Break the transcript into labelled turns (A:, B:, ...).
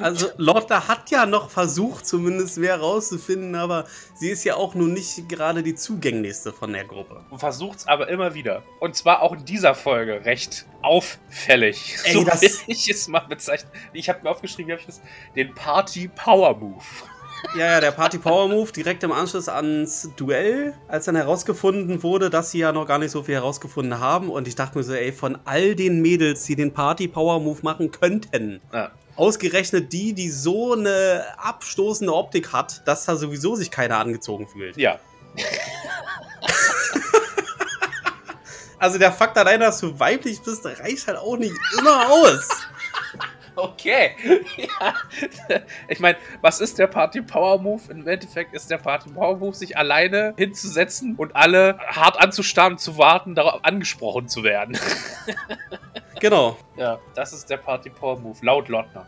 A: Also Lorda hat ja noch versucht, zumindest wer rauszufinden, aber sie ist ja auch nun nicht gerade die zugänglichste von der Gruppe.
B: Und versucht's aber immer wieder. Und zwar auch in dieser Folge recht auffällig.
A: Ey,
B: so
A: das-
B: will ich es mal bezeichnen. Ich habe mir aufgeschrieben, wie hab ich das? Den Party Power Move.
A: Ja, ja, der Party Power Move direkt im Anschluss ans Duell, als dann herausgefunden wurde, dass sie ja noch gar nicht so viel herausgefunden haben. Und ich dachte mir so, ey, von all den Mädels, die den Party Power Move machen könnten,
B: Ja.
A: ausgerechnet die, die so eine abstoßende Optik hat, dass da sowieso sich keiner angezogen fühlt.
B: ja.
A: Also der Fakt allein, dass du weiblich bist, reicht halt auch nicht immer aus.
B: Okay. ja. Ich meine, was ist der Party Power Move? Im Endeffekt ist der Party Power Move, sich alleine hinzusetzen und alle hart anzustarren, zu warten, darauf angesprochen zu werden.
A: Genau.
B: Ja, das ist der Party Power Move, laut Lottner.